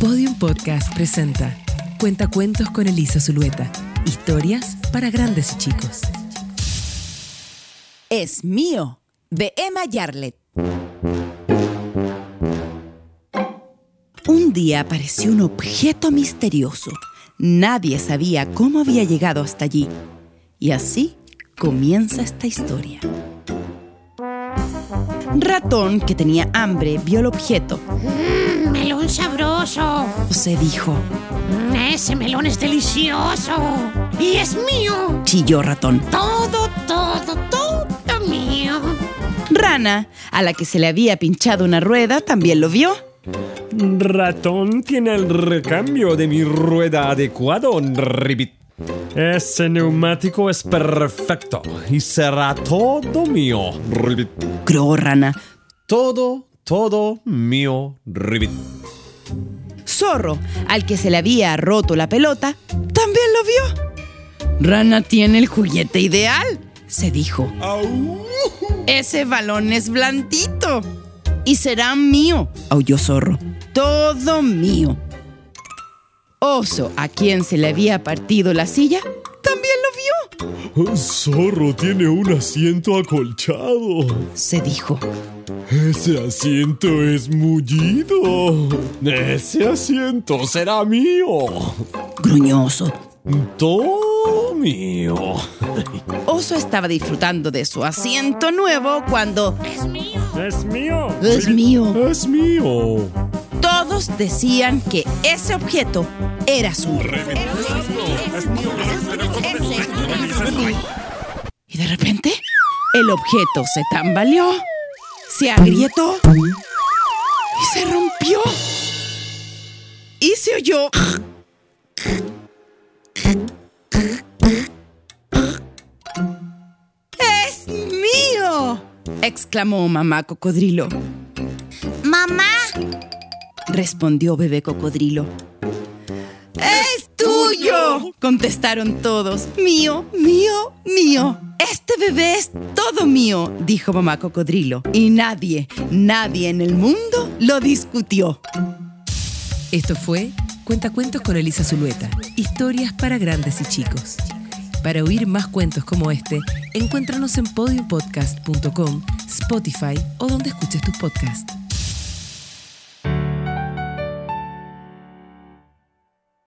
Podium Podcast presenta Cuentacuentos con Elisa Zulueta. Historias para grandes y chicos. Es mío, de Emma Yarlet. Un día apareció un objeto misterioso. Nadie sabía cómo había llegado hasta allí. Y así comienza esta historia. Ratón, que tenía hambre, vio el objeto. Mmm, melón sabroso. Se dijo, Mm, ese melón es delicioso. Y es mío. chilló ratón. Todo, todo, todo mío. Rana, a la que se le había pinchado una rueda, también lo vio. Ratón tiene el recambio de mi rueda adecuado, Ribbit. Ese neumático es perfecto y será todo mío, Ribbit. Croó Rana. Todo, todo mío, Ribbit. Zorro, al que se le había roto la pelota, también lo vio. Rana tiene el juguete ideal, se dijo. Ese balón es blandito y será mío, aulló Zorro. Todo mío. Oso, a quien se le había partido la silla, también lo vio, Zorro tiene un asiento acolchado. se dijo. Ese asiento es mullido. Ese asiento será mío. Gruñó Oso. Todo mío. Oso estaba disfrutando de su asiento nuevo cuando Es mío. Es mío. Es mío. Es mío. todos decían que ese objeto era suyo. Y de repente, el objeto se tambaleó, se agrietó y se rompió. Y se oyó. ¡Es mío! exclamó mamá cocodrilo. ¡Mamá! respondió bebé cocodrilo. ¡Es tuyo! Contestaron todos. Mío, mío, mío. Este bebé es todo mío, dijo mamá cocodrilo. Y nadie, nadie en el mundo lo discutió. Esto fue Cuentacuentos con Elisa Zulueta. Historias para grandes y chicos. Para oír más cuentos como este, encuéntranos en podiumpodcast.com, Spotify o donde escuches tus podcasts.